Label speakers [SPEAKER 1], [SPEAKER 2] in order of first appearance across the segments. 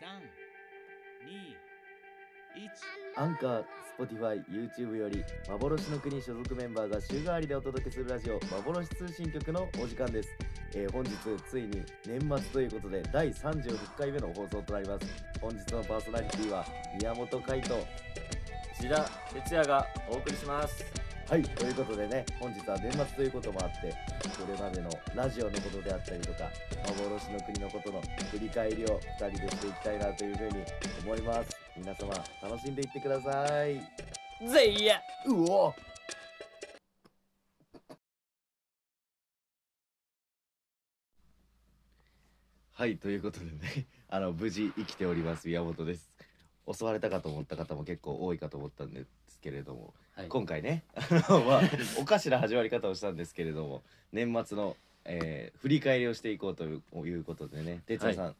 [SPEAKER 1] 三、二、一。
[SPEAKER 2] アンカー、Spotify、YouTube より幻の国所属メンバーが週替わりでお届けするラジオ幻通信局のお時間です、えー本日ついに年末ということで第36回目の放送となります本日のパーソナリティは宮本海斗
[SPEAKER 3] 志田哲也がお送りします
[SPEAKER 2] はいということでね本日は年末ということもあってこれまでのラジオのことであったりとか幻の国のことの振り返りを2人でしていきたいなというふうに思います皆様楽しんでいってください
[SPEAKER 3] ぜいや
[SPEAKER 2] うおはいということでね あの無事生きております宮本です襲われたかと思った方も結構多いかと思ったんですけれども、
[SPEAKER 3] はい
[SPEAKER 2] 今回ね あの、まあ、おかしな始まり方をしたんですけれども年末の、えー振り返りをしていこうといういうことでね哲也さん、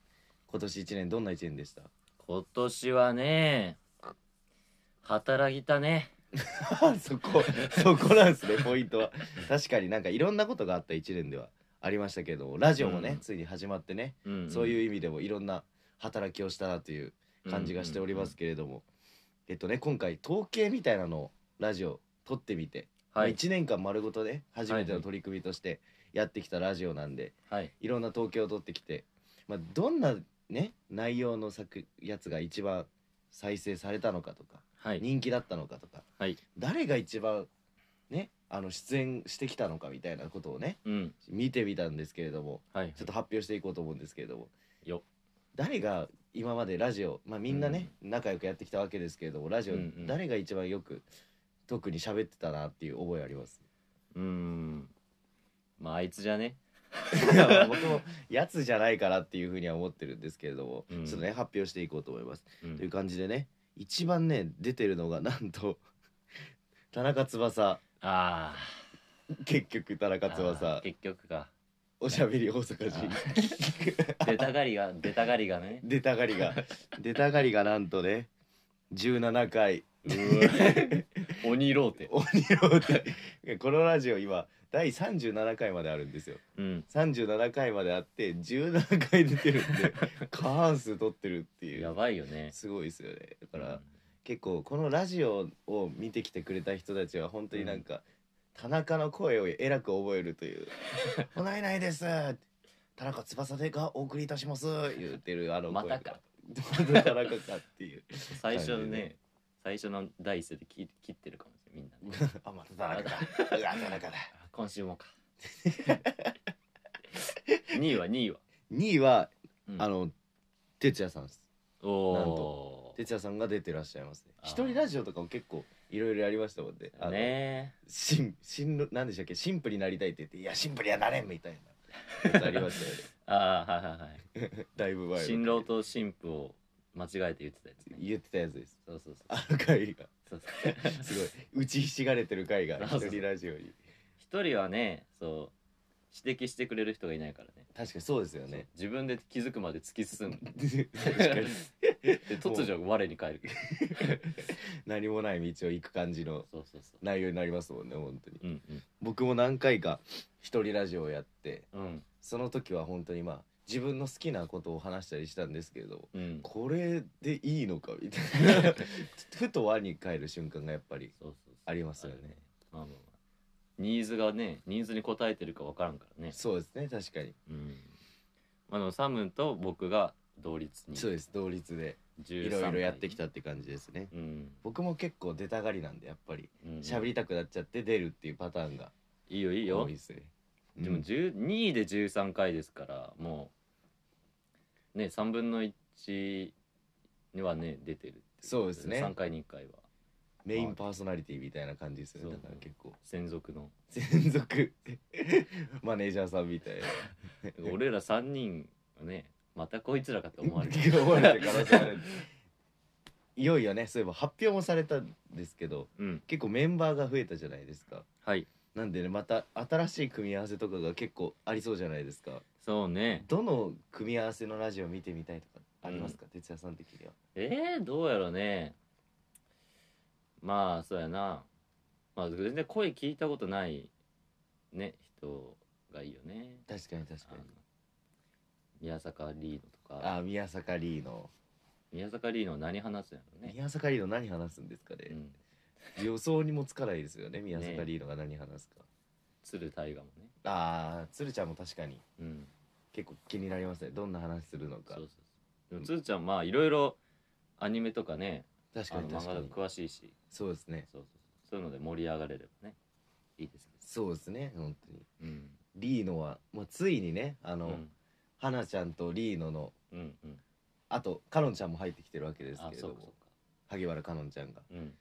[SPEAKER 2] 今年1年どんな1年でした
[SPEAKER 3] 今年はね働いたね
[SPEAKER 2] あ そこそこなんですねポイントは確かになんかいろんなことがあった1年ではありましたけどラジオもね、
[SPEAKER 3] うん
[SPEAKER 2] ついに始まってね、
[SPEAKER 3] うん
[SPEAKER 2] そういう意味でもいろんな働きをしたなという感じがしておりますけれども、えっとね今回統計みたいなのをラジオ撮ってみて、
[SPEAKER 3] は
[SPEAKER 2] まあ
[SPEAKER 3] い
[SPEAKER 2] 1年間丸ごとね初めて
[SPEAKER 3] はいは
[SPEAKER 2] の
[SPEAKER 3] い
[SPEAKER 2] 取り組みとしてやってきたラジオなんで、い
[SPEAKER 3] はい
[SPEAKER 2] ろんな統計を取ってきて、まあ、どんなね内容の作やつが一番再生されたのかとか
[SPEAKER 3] はい
[SPEAKER 2] 人気だったのかとか
[SPEAKER 3] はい
[SPEAKER 2] 誰が一番ねあの出演してきたのかみたいなことをね
[SPEAKER 3] うん
[SPEAKER 2] 見てみたんですけれども
[SPEAKER 3] はい
[SPEAKER 2] ちょっと発表していこうと思うんですけれども
[SPEAKER 3] よ
[SPEAKER 2] 誰が今までラジオ、まあ、みんなね、仲良くやってきたわけですけれどもラジオ、
[SPEAKER 3] うんうん
[SPEAKER 2] 誰が一番よく特に喋ってたなっていう覚えあり ます。
[SPEAKER 3] うーんまああいつじゃね
[SPEAKER 2] いやまあ僕もやつじゃないからっていうふうには思ってるんですけれども、
[SPEAKER 3] うん
[SPEAKER 2] ちょっとね発表していこうと思います。
[SPEAKER 3] うん
[SPEAKER 2] という感じでね一番ね出てるのがなんと田中翼
[SPEAKER 3] あ
[SPEAKER 2] 結局田中
[SPEAKER 3] ああ
[SPEAKER 2] 翼
[SPEAKER 3] ー結局か
[SPEAKER 2] おしゃべり大阪人
[SPEAKER 3] 出たがりが出たがりがね
[SPEAKER 2] 出たがりが 出たがりがなんとね17回
[SPEAKER 3] うーわ鬼ローテ
[SPEAKER 2] 鬼ローテこのラジオ今第37回まであるんですよ
[SPEAKER 3] うん
[SPEAKER 2] 37回まであって17回出てるん で過半数取ってるってい
[SPEAKER 3] や
[SPEAKER 2] う
[SPEAKER 3] ばいよね
[SPEAKER 2] すごいですよねだから結構このラジオを見てきてくれた人たちは本当になんか、田中の声を偉く覚えると いう「おないないです」田中翼でがお送りいたします言ってるあの声が
[SPEAKER 3] またか
[SPEAKER 2] また田中かっていう
[SPEAKER 3] 最初
[SPEAKER 2] 感じ
[SPEAKER 3] ね
[SPEAKER 2] で
[SPEAKER 3] 最初の第一声で切切ってるかもしれないみんなね
[SPEAKER 2] あまた田 中だうわ田中だ
[SPEAKER 3] あ今週 もか2位は2位は、
[SPEAKER 2] 2位は、
[SPEAKER 3] うん
[SPEAKER 2] あの哲也さんです
[SPEAKER 3] お
[SPEAKER 2] なん
[SPEAKER 3] お
[SPEAKER 2] 哲也さんが出てらっしゃいますね
[SPEAKER 3] あー
[SPEAKER 2] 一人ラジオとかも結構いろいろやりましたもんねあの
[SPEAKER 3] ね
[SPEAKER 2] しんしんなんでしたっけ神父になりたいって言って「いや神父にはなれん」みたいなやつありまし たよね
[SPEAKER 3] ああはいはいは
[SPEAKER 2] だいぶ前
[SPEAKER 3] い
[SPEAKER 2] の
[SPEAKER 3] 新郎と新婦を間違えて言ってたやつね
[SPEAKER 2] 言ってたやつです
[SPEAKER 3] そうそうそう
[SPEAKER 2] あの 回が
[SPEAKER 3] そうそう
[SPEAKER 2] すごい打ちひしがれてる回が
[SPEAKER 3] そ
[SPEAKER 2] 一
[SPEAKER 3] うそう
[SPEAKER 2] 人ラジオに
[SPEAKER 3] 一人はねそう指摘してくれる人がいないからね
[SPEAKER 2] 確かにそうですよね
[SPEAKER 3] そう自分で気づくまで突き 進む
[SPEAKER 2] 確かに
[SPEAKER 3] で突如我に返る
[SPEAKER 2] 何もない道を行く感じの
[SPEAKER 3] そうそうそう
[SPEAKER 2] 内容になりますもんね本当に
[SPEAKER 3] うん
[SPEAKER 2] 僕も何回か一人ラジオをやって
[SPEAKER 3] うんうん
[SPEAKER 2] その時は本当にまあ自分の好きなことを話したりしたんですけれど
[SPEAKER 3] うん
[SPEAKER 2] これでいいのかみた いなふと輪に帰る瞬間がやっぱり
[SPEAKER 3] そうそう
[SPEAKER 2] ありますよね
[SPEAKER 3] あるまあまあまあニーズがねニーズに応えてるか分からんからね
[SPEAKER 2] そうですね確かに
[SPEAKER 3] うんまあでもサムと僕が同率に
[SPEAKER 2] そうです同率で
[SPEAKER 3] 13
[SPEAKER 2] い
[SPEAKER 3] 回
[SPEAKER 2] ろいろやってきたって感じですね
[SPEAKER 3] うん
[SPEAKER 2] 僕も結構出たがりなんでやっぱり
[SPEAKER 3] うん
[SPEAKER 2] 喋りたくなっちゃって出るっていうパターンが
[SPEAKER 3] いいよいいよ
[SPEAKER 2] 多いですね。
[SPEAKER 3] でも
[SPEAKER 2] うん
[SPEAKER 3] 2位で13回ですからもうね3分の1にはね出てる
[SPEAKER 2] そうですね
[SPEAKER 3] 3回に1回は
[SPEAKER 2] メインパーソナリティみたいな感じですよ
[SPEAKER 3] そ
[SPEAKER 2] ね。だ
[SPEAKER 3] う
[SPEAKER 2] から結構
[SPEAKER 3] 専属 の
[SPEAKER 2] 専属 マネージャーさんみたいな。
[SPEAKER 3] 俺ら3人はねまたこいつらかと思われ て
[SPEAKER 2] 結構思われてる可能性ある。いよいよねそういえば発表もされたんですけど
[SPEAKER 3] うん
[SPEAKER 2] 結構メンバーが増えたじゃないですか。
[SPEAKER 3] はい
[SPEAKER 2] なんでねまた新しい組み合わせとかが結構ありそうじゃないですか。
[SPEAKER 3] そうね
[SPEAKER 2] どの組み合わせのラジオ見てみたいとかありますか、哲也さん的には。
[SPEAKER 3] えー、どうやろねまあそうやなまあ全然声聞いたことないね人がいいよね
[SPEAKER 2] 確かに確か
[SPEAKER 3] あの
[SPEAKER 2] に。
[SPEAKER 3] 宮坂リードとか
[SPEAKER 2] あ宮坂リーの
[SPEAKER 3] 宮坂リーノは何話すんやろね
[SPEAKER 2] 宮坂リード何話すんですか
[SPEAKER 3] う
[SPEAKER 2] ね、
[SPEAKER 3] ん
[SPEAKER 2] 予想にもつかないですよね宮坂リードが何話すか、
[SPEAKER 3] 鶴大河もね
[SPEAKER 2] ああ鶴ちゃんも確かに
[SPEAKER 3] うん
[SPEAKER 2] 結構気になりますねどんな話するの
[SPEAKER 3] そう
[SPEAKER 2] か
[SPEAKER 3] そうそうでもつーちゃんまあいろいろアニメとかね
[SPEAKER 2] 確
[SPEAKER 3] あ
[SPEAKER 2] か
[SPEAKER 3] の
[SPEAKER 2] に
[SPEAKER 3] 漫
[SPEAKER 2] 確
[SPEAKER 3] 画
[SPEAKER 2] か
[SPEAKER 3] と
[SPEAKER 2] に
[SPEAKER 3] か詳しいし
[SPEAKER 2] そうですね
[SPEAKER 3] そうそうそうそういうので盛り上がれればねいいですけ
[SPEAKER 2] そうですね本当に
[SPEAKER 3] どうん
[SPEAKER 2] リーノは、まあ、ついにねあ
[SPEAKER 3] う
[SPEAKER 2] の、
[SPEAKER 3] ん
[SPEAKER 2] 花ちゃんとリーノの
[SPEAKER 3] うんうん
[SPEAKER 2] あとカロンちゃんも入ってきてるわけです
[SPEAKER 3] あ
[SPEAKER 2] けれ
[SPEAKER 3] そ
[SPEAKER 2] ど
[SPEAKER 3] うかそ
[SPEAKER 2] も
[SPEAKER 3] うか
[SPEAKER 2] 萩原カロンちゃんが
[SPEAKER 3] うん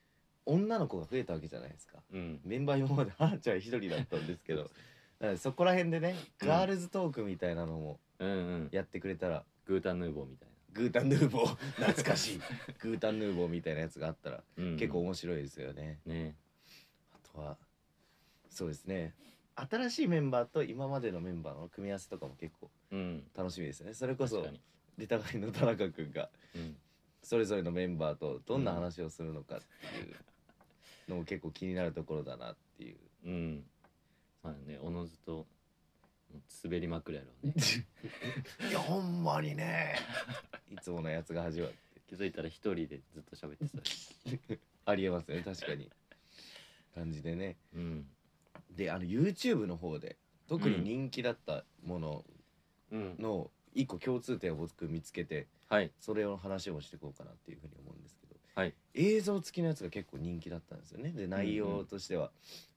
[SPEAKER 2] 女の子が増えたわけじゃないですか
[SPEAKER 3] うん
[SPEAKER 2] メンバー今まで 花ちゃん一人だったんですけどだからそこら辺でね
[SPEAKER 3] うん
[SPEAKER 2] ガールズトークみたいなのも
[SPEAKER 3] うんうん
[SPEAKER 2] やってくれたら、
[SPEAKER 3] グータンヌーボーみたい
[SPEAKER 2] グータンヌーボー懐 かしいグータンヌーボーみたいなやつがあったら
[SPEAKER 3] な、うんうん
[SPEAKER 2] 結構面白いですよね、
[SPEAKER 3] ね
[SPEAKER 2] あとはそうですね新しいメンバーと今までのメンバーの組み合わせとかも結構
[SPEAKER 3] うん
[SPEAKER 2] 楽しみですねそれこ
[SPEAKER 3] 確
[SPEAKER 2] そ
[SPEAKER 3] かに
[SPEAKER 2] 出たがりの田中君が
[SPEAKER 3] うん
[SPEAKER 2] それぞれのメンバーとどんな話をするのかっていうのも結構気になるところだなっていう
[SPEAKER 3] うんまあねおのずと滑りまくるやろうね
[SPEAKER 2] いやほんまにねいつものやつが始まって
[SPEAKER 3] 気づいたら一人でずっと喋ってたし
[SPEAKER 2] ありえますね確かに感じでね
[SPEAKER 3] うん
[SPEAKER 2] であの YouTube の方で特に人気だったもの
[SPEAKER 3] うん
[SPEAKER 2] の一個共通点を僕見つけて
[SPEAKER 3] はい
[SPEAKER 2] それの話をしていこうかなっていうふうに思うんですけど、
[SPEAKER 3] はい
[SPEAKER 2] 映像付きのやつが結構人気だったんですよねで内
[SPEAKER 3] うん
[SPEAKER 2] 容
[SPEAKER 3] うん
[SPEAKER 2] としては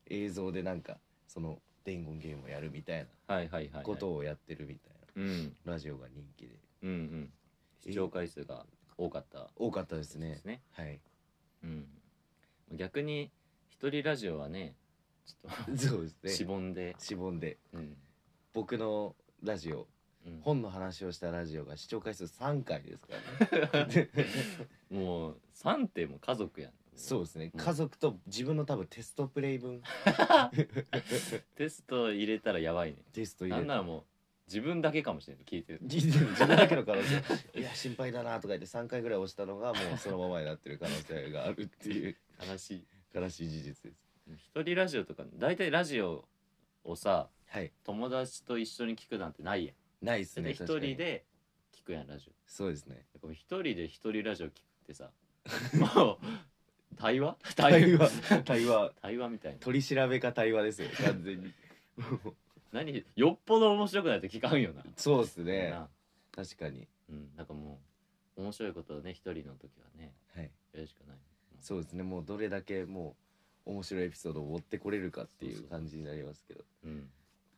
[SPEAKER 2] 映像でなんかその伝言ゲームをやるみたいな
[SPEAKER 3] はいはいはいはい
[SPEAKER 2] ことをやってるみたい
[SPEAKER 3] うん
[SPEAKER 2] なラジオが人気で
[SPEAKER 3] うんうん視聴回数が多かった
[SPEAKER 2] 多かったです
[SPEAKER 3] で
[SPEAKER 2] ね
[SPEAKER 3] すね
[SPEAKER 2] はい
[SPEAKER 3] うん逆に一人ラジオはねちょっ
[SPEAKER 2] そう です
[SPEAKER 3] と
[SPEAKER 2] ね
[SPEAKER 3] しぼんで
[SPEAKER 2] しぼんで
[SPEAKER 3] うん
[SPEAKER 2] 僕のラジオ
[SPEAKER 3] うん
[SPEAKER 2] 本の話をしたラジオが視聴回数3回です からね
[SPEAKER 3] もう3点も家族やん
[SPEAKER 2] そうですね家族と自分の多分テストプレイ分
[SPEAKER 3] テスト入れたらやばいね
[SPEAKER 2] テスト入
[SPEAKER 3] な
[SPEAKER 2] れ
[SPEAKER 3] ん
[SPEAKER 2] て
[SPEAKER 3] ならもう自分だけかもしれない聞いてる
[SPEAKER 2] 自分だけの可能性いや心配だなとか言って3回ぐらい押したのがもうそのままになってる可能性があるっていう
[SPEAKER 3] 悲しい
[SPEAKER 2] 悲しい事実です
[SPEAKER 3] 一人ラジオとか大体ラジオをさ
[SPEAKER 2] はい
[SPEAKER 3] 友達と一緒に聞くなんてないやん
[SPEAKER 2] ないですね
[SPEAKER 3] 大体一
[SPEAKER 2] 確かに
[SPEAKER 3] 人で聞くやんラジ
[SPEAKER 2] そうですね
[SPEAKER 3] オ一人で一人ラジオ聞くって さもう対話
[SPEAKER 2] 対話対話
[SPEAKER 3] 対話みたいな
[SPEAKER 2] 取り調べか対話ですよ完全に
[SPEAKER 3] 何よっぽど面白くないと聞かんよな
[SPEAKER 2] そうですね
[SPEAKER 3] な
[SPEAKER 2] 確かに
[SPEAKER 3] うんなんかもう面白いことをね一人の時はね
[SPEAKER 2] はい
[SPEAKER 3] やるしかない
[SPEAKER 2] そうですねもうどれだけもう面白いエピソードを持ってこれるかっていう感じになりますけど
[SPEAKER 3] うん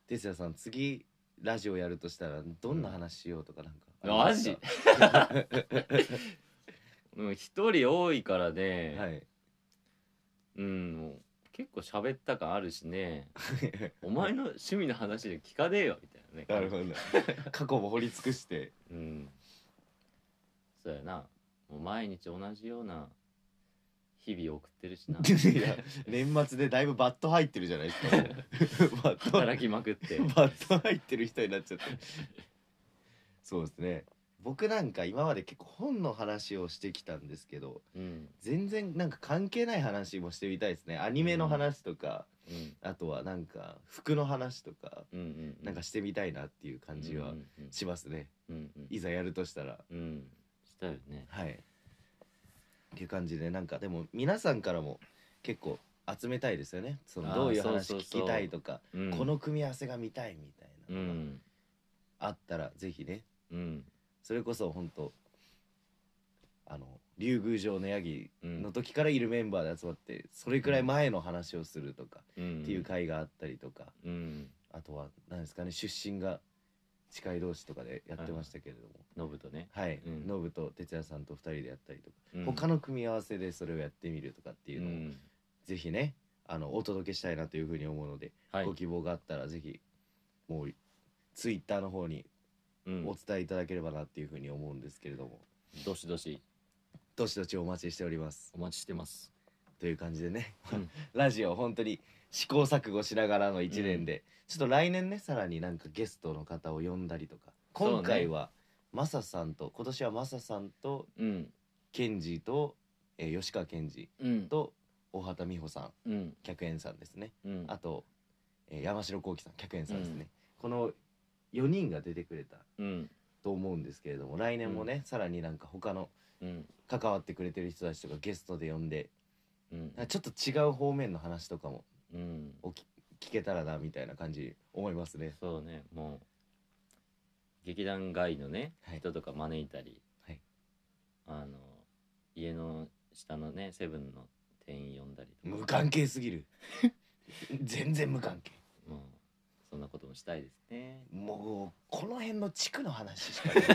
[SPEAKER 2] 哲也さん次ラジオやるとしたらどんな話しようとかなんかあり
[SPEAKER 3] マ
[SPEAKER 2] ます
[SPEAKER 3] ジ
[SPEAKER 2] か、
[SPEAKER 3] うん一人多いからね、
[SPEAKER 2] はい
[SPEAKER 3] うんもう結構喋った感あるしねお前の趣味の話で聞かねえよみたいなね
[SPEAKER 2] なるほど過去も掘り尽くして
[SPEAKER 3] うんそうやなもう毎日同じような日々を送ってるしな
[SPEAKER 2] いや年末でだいぶバット入ってるじゃないですかもうバット
[SPEAKER 3] 働きまくって
[SPEAKER 2] バット入ってる人になっちゃってそうですね僕なんか今まで結構本の話をしてきたんですけど
[SPEAKER 3] うん
[SPEAKER 2] 全然なんか関係ない話もしてみたいですねアニメの話とか、
[SPEAKER 3] うん
[SPEAKER 2] あとはなんか服の話とか
[SPEAKER 3] うんうん
[SPEAKER 2] なんかしてみたいなっていう感じ
[SPEAKER 3] う
[SPEAKER 2] は
[SPEAKER 3] んうん
[SPEAKER 2] しますね、
[SPEAKER 3] うんうん
[SPEAKER 2] いざやるとしたら
[SPEAKER 3] うんしたよね
[SPEAKER 2] はいっていう感じでなんかでも皆さんからも結構集めたいですよねそ
[SPEAKER 3] あ
[SPEAKER 2] の
[SPEAKER 3] ー
[SPEAKER 2] どういう話
[SPEAKER 3] そうそうそう
[SPEAKER 2] 聞きたいとか
[SPEAKER 3] うん
[SPEAKER 2] この組み合わせが見たいみたいうなのが
[SPEAKER 3] ん
[SPEAKER 2] あったらぜひね
[SPEAKER 3] うん
[SPEAKER 2] それこそ本当あの竜宮城のヤギ
[SPEAKER 3] うん
[SPEAKER 2] の時からいるメンバーで集まってそれくらい前の話をするとか
[SPEAKER 3] うん
[SPEAKER 2] っていう会があったりとか
[SPEAKER 3] うん
[SPEAKER 2] あとは何ですかね出身が近い同士とかでやってましたけれども
[SPEAKER 3] ノブとね
[SPEAKER 2] はい
[SPEAKER 3] うん
[SPEAKER 2] ノブと哲也さんと2人でやったりとか
[SPEAKER 3] うん
[SPEAKER 2] 他の組み合わせでそれをやってみるとかっていう
[SPEAKER 3] う
[SPEAKER 2] のを、
[SPEAKER 3] ん
[SPEAKER 2] ぜひねあのお届けしたいなというふうに思うので、
[SPEAKER 3] はい
[SPEAKER 2] ご希望があったらぜひもうツイッターの方に
[SPEAKER 3] うん
[SPEAKER 2] お伝えいただければなっていうふうに思うんですけれども、
[SPEAKER 3] どしどし
[SPEAKER 2] どしどちお待ちしております
[SPEAKER 3] お待ちしてます
[SPEAKER 2] という感じでね、
[SPEAKER 3] うん
[SPEAKER 2] ラジオ本当に試行錯誤しながらの1年で、ちょっと来年ねさらになんかゲストの方を呼んだりとか
[SPEAKER 3] そうね
[SPEAKER 2] 今回は、マサさんと今年はマサさんと
[SPEAKER 3] うん
[SPEAKER 2] ケンジと、えー吉川ケンジ
[SPEAKER 3] うん
[SPEAKER 2] と大畑美穂さん
[SPEAKER 3] うん
[SPEAKER 2] 客演さんですね
[SPEAKER 3] うん
[SPEAKER 2] あと、えー山城幸輝さん客演さんですね、この4人が出てくれた
[SPEAKER 3] うん
[SPEAKER 2] と思うんですけれども来年もね、さらになんか他の
[SPEAKER 3] うん
[SPEAKER 2] 関わってくれてる人たちとかゲストで呼んで
[SPEAKER 3] うん
[SPEAKER 2] なんかちょっと違う方面の話とかも
[SPEAKER 3] うん
[SPEAKER 2] 聞けたらなみたいな感じ思いますね。
[SPEAKER 3] そうねもう劇団外のね
[SPEAKER 2] はい
[SPEAKER 3] 人とか招いたり、
[SPEAKER 2] はい
[SPEAKER 3] あの家の下のねセブンの店員呼んだりとか
[SPEAKER 2] 無関係すぎる 全然無関係
[SPEAKER 3] もうそんなこともしたいですね
[SPEAKER 2] もうこの辺の地区の話しかね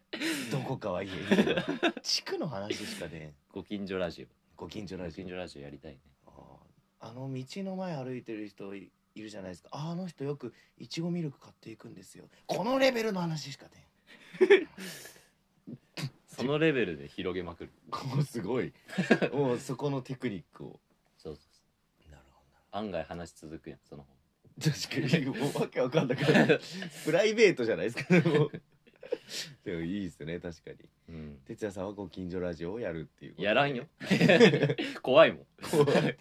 [SPEAKER 2] えどこかは言えんけど地区の話しかねえ
[SPEAKER 3] ご近所ラジ
[SPEAKER 2] ご近所
[SPEAKER 3] オ
[SPEAKER 2] の
[SPEAKER 3] ご
[SPEAKER 2] 人
[SPEAKER 3] 近所ラジオやりたいね
[SPEAKER 2] あーあの道の前歩いてる人いいるじゃないですかああの人よくいちごミルク買っていくんですよこのレベルの話しかね
[SPEAKER 3] そのレベルで広げまくる
[SPEAKER 2] もうすごい もうそこのテクニックを
[SPEAKER 3] そうそうそう
[SPEAKER 2] なるほ
[SPEAKER 3] 案外話続くやんその方
[SPEAKER 2] ど確かにもうわけわかんなくな るプライベートじゃないですかも うでもいいですね確かに
[SPEAKER 3] うん
[SPEAKER 2] 哲也さんはご近所ラジオをやるっていうことで
[SPEAKER 3] やらんよ 怖いもん
[SPEAKER 2] 怖い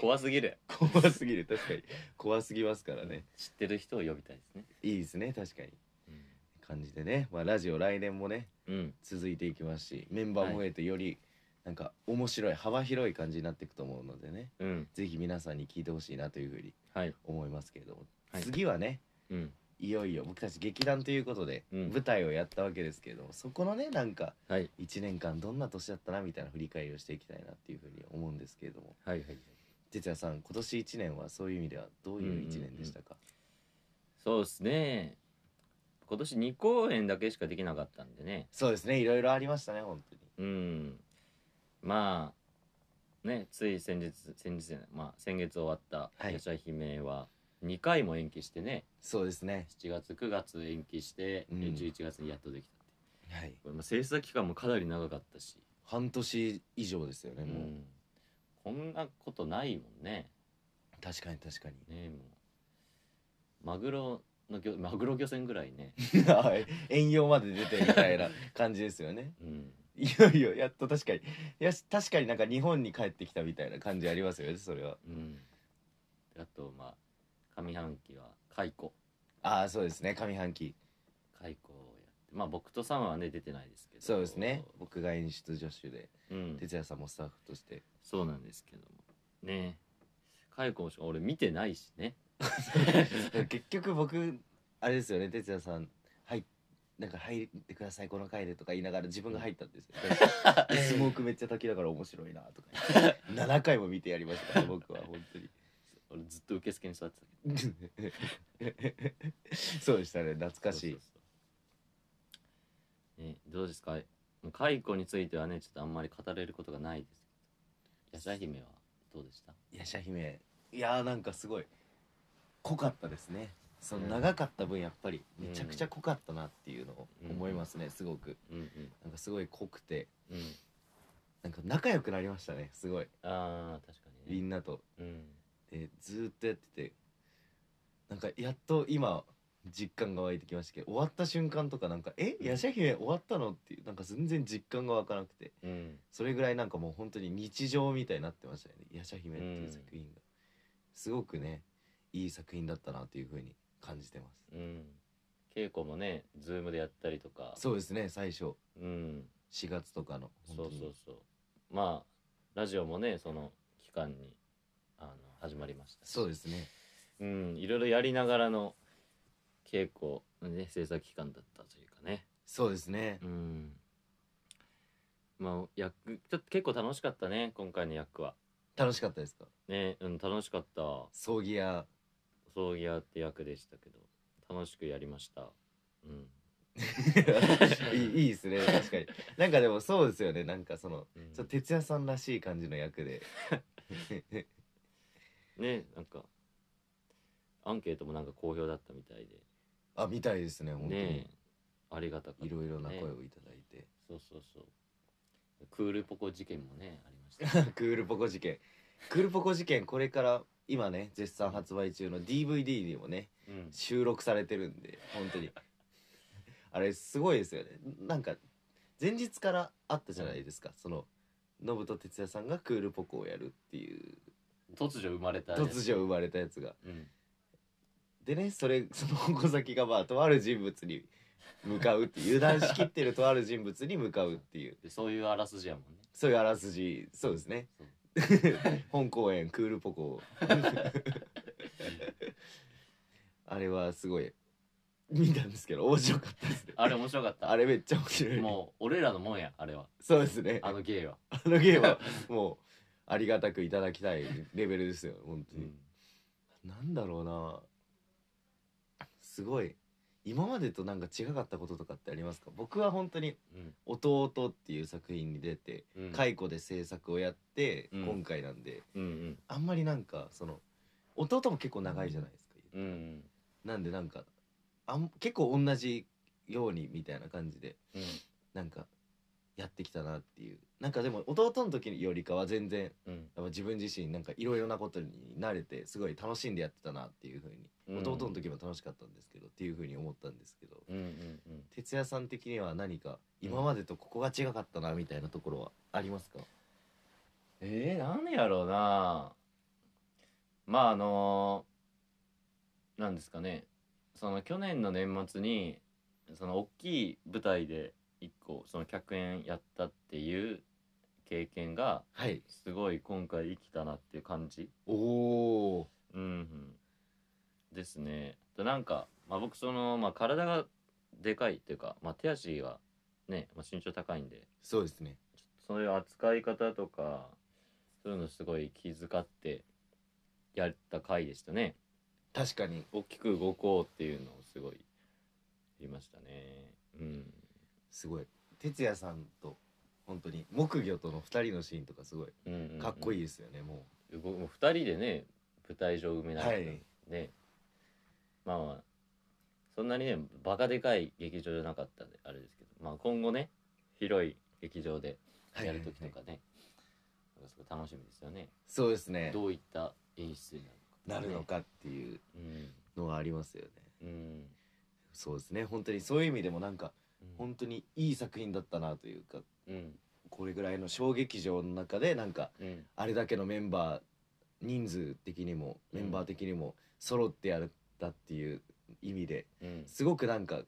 [SPEAKER 3] 怖すぎる
[SPEAKER 2] 怖すぎる確かに怖すぎますからね
[SPEAKER 3] 知ってる人を呼びたいですね
[SPEAKER 2] いいですね確かに感じでね、まあ、ラジオ来年もね
[SPEAKER 3] うん、うん、
[SPEAKER 2] 続いていきますしメンバーも増えてよりなんか面白い幅広い感じになっていくと思うのでね
[SPEAKER 3] うん、
[SPEAKER 2] ぜひ皆さんに聞いてほしいなというふうに
[SPEAKER 3] はい
[SPEAKER 2] 思いますけれども、
[SPEAKER 3] はい
[SPEAKER 2] 次はね
[SPEAKER 3] うん
[SPEAKER 2] いよいよ僕たち劇団ということで
[SPEAKER 3] うん
[SPEAKER 2] 舞台をやったわけですけれども、そこのねなんか
[SPEAKER 3] はい
[SPEAKER 2] 1年間どんな年だったなみたいな振り返りをしていきたいなっていうふうに思うんですけれども
[SPEAKER 3] はいはい
[SPEAKER 2] 哲也さん今年1年はそういう意味ではどういう1年でしたか、
[SPEAKER 3] そうですね今年2公演だけしかできなかったんでね
[SPEAKER 2] そうですねいろいろありましたね本当に
[SPEAKER 3] うんまあねつい先日先日じゃない、まあ、先月終わった「
[SPEAKER 2] はい
[SPEAKER 3] やしゃ姫」は2回も延期してね
[SPEAKER 2] そうですね
[SPEAKER 3] 7月9月延期して、
[SPEAKER 2] うん
[SPEAKER 3] 11月にやっとできたって
[SPEAKER 2] はい
[SPEAKER 3] これ、まあ、制作期間もかなり長かったし、
[SPEAKER 2] 半年以上ですよね
[SPEAKER 3] う
[SPEAKER 2] もう、
[SPEAKER 3] ん、こんなことないもんね
[SPEAKER 2] 確かに確かに
[SPEAKER 3] ねもうマグロの漁マグロ漁船ぐらいね、
[SPEAKER 2] はい遠洋まで出てみたいな感じですよ ね
[SPEAKER 3] うん、
[SPEAKER 2] いよいよやっと確かにいや確かになんか日本に帰ってきたみたいな感じありますよねそれは
[SPEAKER 3] うん、あとまあ上半期は解雇
[SPEAKER 2] ああそうですね上半期
[SPEAKER 3] 解雇をやってまあ僕とサムはね出てないですけど
[SPEAKER 2] そうですね僕が演出助手で
[SPEAKER 3] うん、
[SPEAKER 2] 哲也さんもスタッフとして
[SPEAKER 3] そうなんですけどもね解雇もしかも俺見てないしね
[SPEAKER 2] 結局僕あれですよね哲也さんはいなんか入ってくださいこの回でとか言いながら自分が入ったんです よスモークめっちゃ炊きだから面白いなとか言って7回も見てやりましたから僕は本当に
[SPEAKER 3] 俺ずっと受付に座ってたけ
[SPEAKER 2] そうでしたね懐
[SPEAKER 3] ど
[SPEAKER 2] かしい
[SPEAKER 3] そうそうそうね、どうですかもう解雇についてはねちょっとあんまり語れることがないですけどやしゃ姫はどうでした
[SPEAKER 2] いやしゃ姫いやーなんかすごい濃かったですねその長かった分やっぱりめちゃくちゃ濃かったなっていうのを思いますねすごく
[SPEAKER 3] うんうん
[SPEAKER 2] なんかすごい濃くて
[SPEAKER 3] うん
[SPEAKER 2] なんか仲良くなりましたねすごい
[SPEAKER 3] ああ確か
[SPEAKER 2] み
[SPEAKER 3] にね
[SPEAKER 2] んなと
[SPEAKER 3] うん
[SPEAKER 2] でずーっとやっててなんかやっと今実感が湧いてきましたけど終わった瞬間とかなんか「え
[SPEAKER 3] うん
[SPEAKER 2] やしゃ姫終わったの?」っていうなんか全然実感が湧かなくて
[SPEAKER 3] うん
[SPEAKER 2] それぐらいなんかもう本当に日常みたいになってましたよね「やしゃ姫」っていう作品が、すごくねいい作品だったなというふうに感じてま
[SPEAKER 3] うん稽古もねズームでやったりとか
[SPEAKER 2] すそうですね最初
[SPEAKER 3] うん
[SPEAKER 2] 4月とかの本
[SPEAKER 3] そ
[SPEAKER 2] 当
[SPEAKER 3] う
[SPEAKER 2] に
[SPEAKER 3] そうそうまあラジオもねその期間にあの始まりましたし
[SPEAKER 2] そうですね
[SPEAKER 3] うんいろいろやりながらの稽古のね制作期間だったというかね
[SPEAKER 2] そうですね
[SPEAKER 3] うんまあ役ちょっと結構楽しかったね今回の役は
[SPEAKER 2] 楽しかったですか
[SPEAKER 3] ねうん楽しかった
[SPEAKER 2] 葬 儀屋
[SPEAKER 3] 葬儀屋って役でしたけど楽しくやりましたうん
[SPEAKER 2] いいいいですね確かになんかでもそうですよねなんかその
[SPEAKER 3] うん
[SPEAKER 2] ちょっと哲也さんらしい感じの役 で
[SPEAKER 3] ねなんかアンケートもなんか好評だったみたい
[SPEAKER 2] あみたいですね
[SPEAKER 3] で
[SPEAKER 2] 本当に、
[SPEAKER 3] ねありがたかった、
[SPEAKER 2] いろいろな声
[SPEAKER 3] ね
[SPEAKER 2] をいただいて、
[SPEAKER 3] そうそうそうクールポコ事件もねありま した
[SPEAKER 2] クールポコ事件クールポコ事件これから今ね絶賛発売中の DVD にもね
[SPEAKER 3] うん
[SPEAKER 2] 収録されてるんで本 当にあれすごいですよねなんか前日からあったじゃないですか、そのノブと哲也さんがクールポコをやるっていう
[SPEAKER 3] 突如生まれたやつ
[SPEAKER 2] 突如生まれたやつが
[SPEAKER 3] うん
[SPEAKER 2] でねそれその矛先がまあとある人物に向かうっていう油断しきってるとある人物に向かうっていう
[SPEAKER 3] でそういうあらすじやもんね
[SPEAKER 2] そういうあらすじそうですね本公演クールポコ あれはすごい見たんですけど面白かったですね
[SPEAKER 3] あれ面白かった
[SPEAKER 2] あれめっちゃ面白い
[SPEAKER 3] もう俺らのもんやあれは
[SPEAKER 2] そうですね
[SPEAKER 3] あの芸は、
[SPEAKER 2] あのゲームはもうありがたくいただきたいレベルですよ本当
[SPEAKER 3] う
[SPEAKER 2] に、
[SPEAKER 3] ん
[SPEAKER 2] なんだろうなすごい今までとなんか違かったこととかってありますか僕は本当に
[SPEAKER 3] うん
[SPEAKER 2] 「弟」っていう作品に出て
[SPEAKER 3] うん
[SPEAKER 2] 解雇で制作をやって、
[SPEAKER 3] うん
[SPEAKER 2] 今回なんで
[SPEAKER 3] うんうん
[SPEAKER 2] あんまりなんかその弟も結構長いじゃないですか、
[SPEAKER 3] うんうん
[SPEAKER 2] なんでなんかあん結構同じようにみたいな感じで
[SPEAKER 3] うん
[SPEAKER 2] なんかやってきたなっていうなんかでも弟の時よりかは全然
[SPEAKER 3] うん
[SPEAKER 2] やっぱ自分自身なんかいろいろなことに慣れてすごい楽しんでやってたなっていうふうに、
[SPEAKER 3] うん
[SPEAKER 2] 弟の時も楽しかったんですけどっていうふうに思ったんですけど
[SPEAKER 3] うんうんうん
[SPEAKER 2] 哲也さん的には何か今までとここが違かったなみたいなところはありますか、
[SPEAKER 3] えー、何やろうなまああのなんですかねその去年の年末にその大きい舞台で一個その客演やったっていう経験が
[SPEAKER 2] はい
[SPEAKER 3] すごい今回生きたなっていう感じ
[SPEAKER 2] おお
[SPEAKER 3] うんうんですねでなんか、まあ、僕その、まあ、体がでかいっていうか、まあ、手足がね、まあ、身長高いんで
[SPEAKER 2] そうですね
[SPEAKER 3] そういう扱い方とかそういうのすごい気遣ってやった回でしたね
[SPEAKER 2] 確かに
[SPEAKER 3] 大きく動こうっていうのをすごい言いましたねうん
[SPEAKER 2] すごい哲也さんと本当に木魚との2人のシーンとかすごい
[SPEAKER 3] うんうんうん
[SPEAKER 2] かっこいいですよね、も
[SPEAKER 3] 動もう2人でね舞台上埋め
[SPEAKER 2] う
[SPEAKER 3] な
[SPEAKER 2] は
[SPEAKER 3] がら
[SPEAKER 2] い
[SPEAKER 3] ねまあまあそんなにねバカでかい劇場じゃなかったんであれですけどまあ今後ね広い劇場で
[SPEAKER 2] はい
[SPEAKER 3] やる時とかね、なんかすごい楽しみですよね
[SPEAKER 2] そうですね
[SPEAKER 3] どういった演出にな
[SPEAKER 2] な
[SPEAKER 3] る
[SPEAKER 2] る
[SPEAKER 3] の
[SPEAKER 2] の
[SPEAKER 3] か、
[SPEAKER 2] かっていう
[SPEAKER 3] うん
[SPEAKER 2] のはありますよね
[SPEAKER 3] うん
[SPEAKER 2] そうですね本当にそういう意味でもなんか
[SPEAKER 3] うん
[SPEAKER 2] 本当にいい作品だったなというか
[SPEAKER 3] うん
[SPEAKER 2] これぐらいの小劇場の中でなんか
[SPEAKER 3] うん
[SPEAKER 2] あれだけのメンバー人数的にも
[SPEAKER 3] うん
[SPEAKER 2] メンバー的にも揃ってやったっていう意味で
[SPEAKER 3] うん
[SPEAKER 2] すごくなんか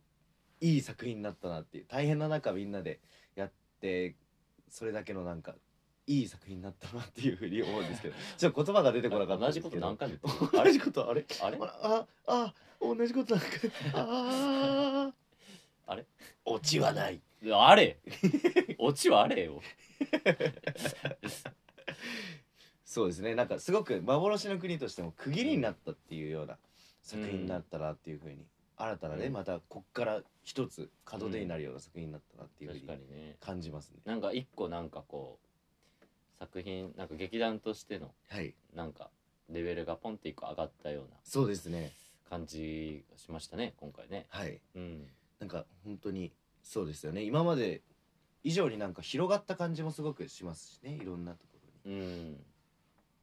[SPEAKER 2] いい作品になったなっていう大変な中みんなでやってそれだけのなんかいい作品になったなっていうふうに思うんですけ どちょっと言葉が出てこなかった
[SPEAKER 3] 同
[SPEAKER 2] んで
[SPEAKER 3] じこ
[SPEAKER 2] す
[SPEAKER 3] と
[SPEAKER 2] けど
[SPEAKER 3] 何回も言ってる
[SPEAKER 2] 同じことあれ
[SPEAKER 3] あれ
[SPEAKER 2] ほらああ同じことなんかああ
[SPEAKER 3] あれ
[SPEAKER 2] 落ちはない
[SPEAKER 3] あ れオチはあれよ
[SPEAKER 2] そうですねなんかすごく幻の国としても区切りになったっていうような作品になったなっていうふうに、新たなね、
[SPEAKER 3] うん
[SPEAKER 2] またこっから一つ門出になるような作品になったなっていうふう
[SPEAKER 3] 確
[SPEAKER 2] に
[SPEAKER 3] かにね
[SPEAKER 2] 感じますね、
[SPEAKER 3] なんか一個なんかこう作品なんか劇団としての
[SPEAKER 2] はい
[SPEAKER 3] なんかレベルがポンって一個上がったような
[SPEAKER 2] そうですね
[SPEAKER 3] 感じがしましたね今回ね
[SPEAKER 2] はい
[SPEAKER 3] うん
[SPEAKER 2] なんか本当にそうですよね今まで以上になんか広がった感じもすごくしますしねいろんなところに
[SPEAKER 3] うん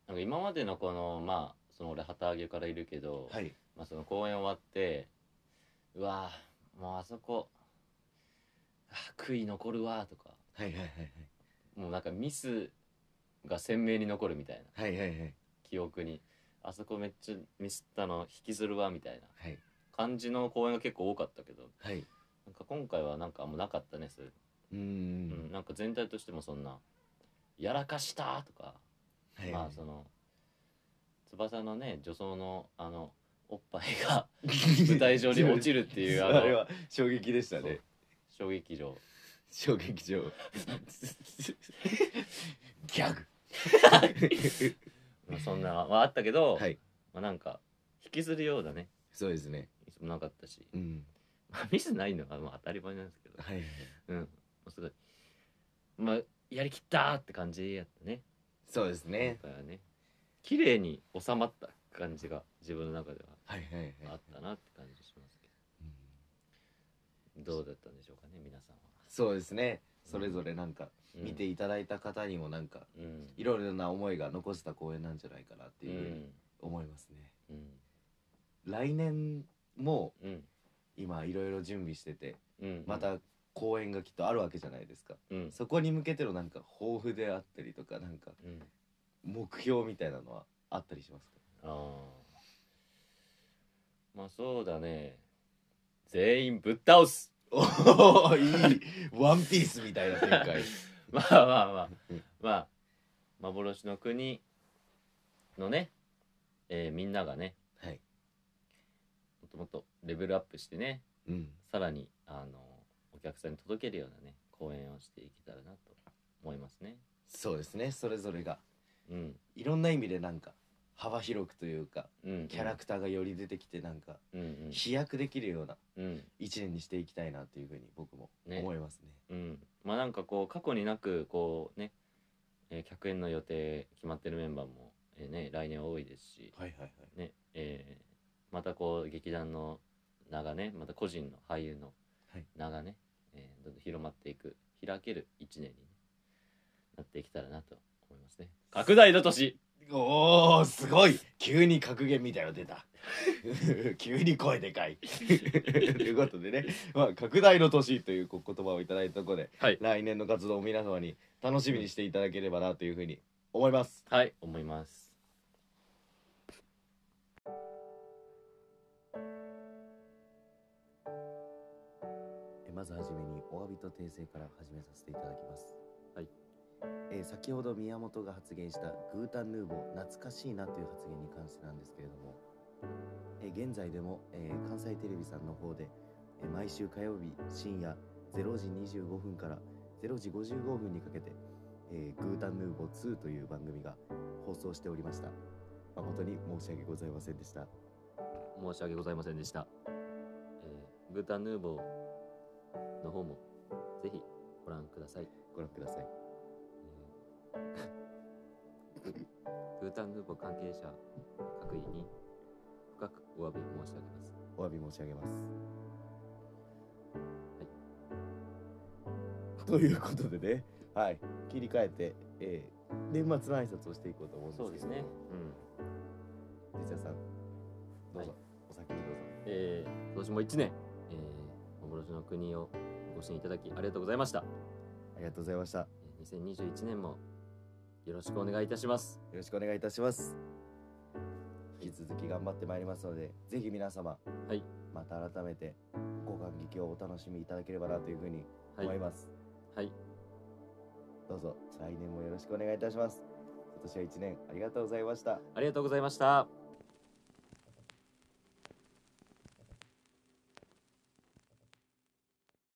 [SPEAKER 3] なんか今までのこのまあその俺旗揚げからいるけど、
[SPEAKER 2] はい
[SPEAKER 3] まあ、その公演終わってうわーもうあそこあー悔い残るわーとか
[SPEAKER 2] はいはいはい
[SPEAKER 3] もうなんかミスが鮮明に残るみたいな
[SPEAKER 2] はいはいはいはい
[SPEAKER 3] 記憶にあそこめっちゃミスったの引きずるわみたいな
[SPEAKER 2] はい
[SPEAKER 3] 感じの公演が結構多かったけど
[SPEAKER 2] はい
[SPEAKER 3] なんか今回はなんかあんまなかったねそういう
[SPEAKER 2] うー
[SPEAKER 3] の、うんん、なんか全体としてもそんな「やらかした!」とか、
[SPEAKER 2] はい
[SPEAKER 3] まあその翼のね女装のあのおっぱいが舞台上に落ちるっていうあ
[SPEAKER 2] あれ
[SPEAKER 3] の
[SPEAKER 2] は衝撃でしたね
[SPEAKER 3] 衝撃場
[SPEAKER 2] 小劇場ギ ャグ
[SPEAKER 3] まあそんなはあったけど、
[SPEAKER 2] はい
[SPEAKER 3] まあ、なんか引きずるようなね
[SPEAKER 2] そうですね
[SPEAKER 3] ミスもなかったし、
[SPEAKER 2] うん
[SPEAKER 3] まあ、ミスないのはまあ当たり前なんですけど
[SPEAKER 2] はいはい
[SPEAKER 3] うんすごいまあやりきったーって感じやったね
[SPEAKER 2] そうですね
[SPEAKER 3] 今回はね綺麗に収まった感じが自分の中で
[SPEAKER 2] はいはいはい
[SPEAKER 3] はあったなって感じしますけ
[SPEAKER 2] うん
[SPEAKER 3] どどうだったんでしょうかね皆さんは
[SPEAKER 2] そうですねそれぞれなんか
[SPEAKER 3] うん
[SPEAKER 2] 見ていただいた方にもなんか
[SPEAKER 3] うん
[SPEAKER 2] いろいろな思いが残せた公演なんじゃないかなって
[SPEAKER 3] う
[SPEAKER 2] いうふうに
[SPEAKER 3] ん
[SPEAKER 2] 思いますね
[SPEAKER 3] うん
[SPEAKER 2] 来年も
[SPEAKER 3] うん
[SPEAKER 2] 今いろいろ準備してて
[SPEAKER 3] うん
[SPEAKER 2] また公演がきっとあるわけじゃないですか
[SPEAKER 3] うん
[SPEAKER 2] そこに向けてのなんか抱負であったりとかなんか
[SPEAKER 3] うん
[SPEAKER 2] 目標みたいなのはあったりしますか
[SPEAKER 3] あーまあそうだね全員ぶっ倒す
[SPEAKER 4] おーいいワンピースみたいな展 開
[SPEAKER 3] まあまあまあまあ幻の国のね、えーみんながね
[SPEAKER 4] はい、
[SPEAKER 3] もっともっとレベルアップしてね
[SPEAKER 4] うん、
[SPEAKER 3] さらにあのお客さんに届けるようなね講演をしていけたらなと思いますね。
[SPEAKER 4] そうですねそれぞれが
[SPEAKER 3] うん、
[SPEAKER 4] いろんな意味でなんか幅広くというか
[SPEAKER 3] うん、
[SPEAKER 4] キャラクターがより出てきてなんか
[SPEAKER 3] うんうん
[SPEAKER 4] 飛躍できるような
[SPEAKER 3] うん
[SPEAKER 4] 一年にしていきたいなというふうに僕も
[SPEAKER 3] ね
[SPEAKER 4] 思いますね
[SPEAKER 3] うん、まあなんかこう過去になくこうね、えー客演の予定決まってるメンバーも、えーね来年多いですし、
[SPEAKER 4] はいはいはい
[SPEAKER 3] ねえーまたこう劇団の名がねまた個人の俳優の
[SPEAKER 4] はい
[SPEAKER 3] 名がね、えーどんどん広まっていく開ける一年に、なっていけたらなと思いますね拡大の年
[SPEAKER 4] おーすごい急に格言みたいの出た 急に声でかいということでね、まあ、拡大の年というこ言葉をいただいたところで、
[SPEAKER 3] はい
[SPEAKER 4] 来年の活動を皆様に楽しみにしていただければなというふうに思います
[SPEAKER 3] はい思います
[SPEAKER 2] えまずはじめにお詫びと訂正から始めさせていただきます。
[SPEAKER 3] はい。
[SPEAKER 2] えー先ほど宮本が発言したグータンヌーボー懐かしいなという発言に関してなんですけれども、えー現在でも、えー関西テレビさんの方で、えー毎週火曜日深夜0時25分から0時55分にかけて、えーグータンヌーボー2という番組が放送しておりました。誠に申し訳ございませんでした。
[SPEAKER 3] 申し訳ございませんでした、えー、グータンヌーボーの方もぜひご覧ください
[SPEAKER 2] ご覧ください。
[SPEAKER 3] えーグータンヌーボー関係者各位に深くお詫び申し上げます。
[SPEAKER 2] お詫び申し上げます。ということでね、はい、切り替えて、えー年末の挨拶をしていこうと思うんですけど、。
[SPEAKER 3] うん。
[SPEAKER 2] 哲也さん、どうぞ、
[SPEAKER 3] はい
[SPEAKER 2] お先にどうぞ。
[SPEAKER 3] えー、今年も一年、えー、幻の国をご支援いただきありがとうございました。
[SPEAKER 2] ありがとうございました。よ
[SPEAKER 3] えー2021年もよろしくお願いいたします。
[SPEAKER 2] ろしくお願いいたします。引き続き頑張ってまいりますので、ぜひ皆様、
[SPEAKER 3] はい
[SPEAKER 2] また改めてご感激をお楽しみいただければなというふうに
[SPEAKER 3] はい。
[SPEAKER 2] 思います。
[SPEAKER 3] はい。
[SPEAKER 2] どうぞ、来年もよろしくお願いいたします。今年は一年ありがとうございました。
[SPEAKER 3] ありがとうございました。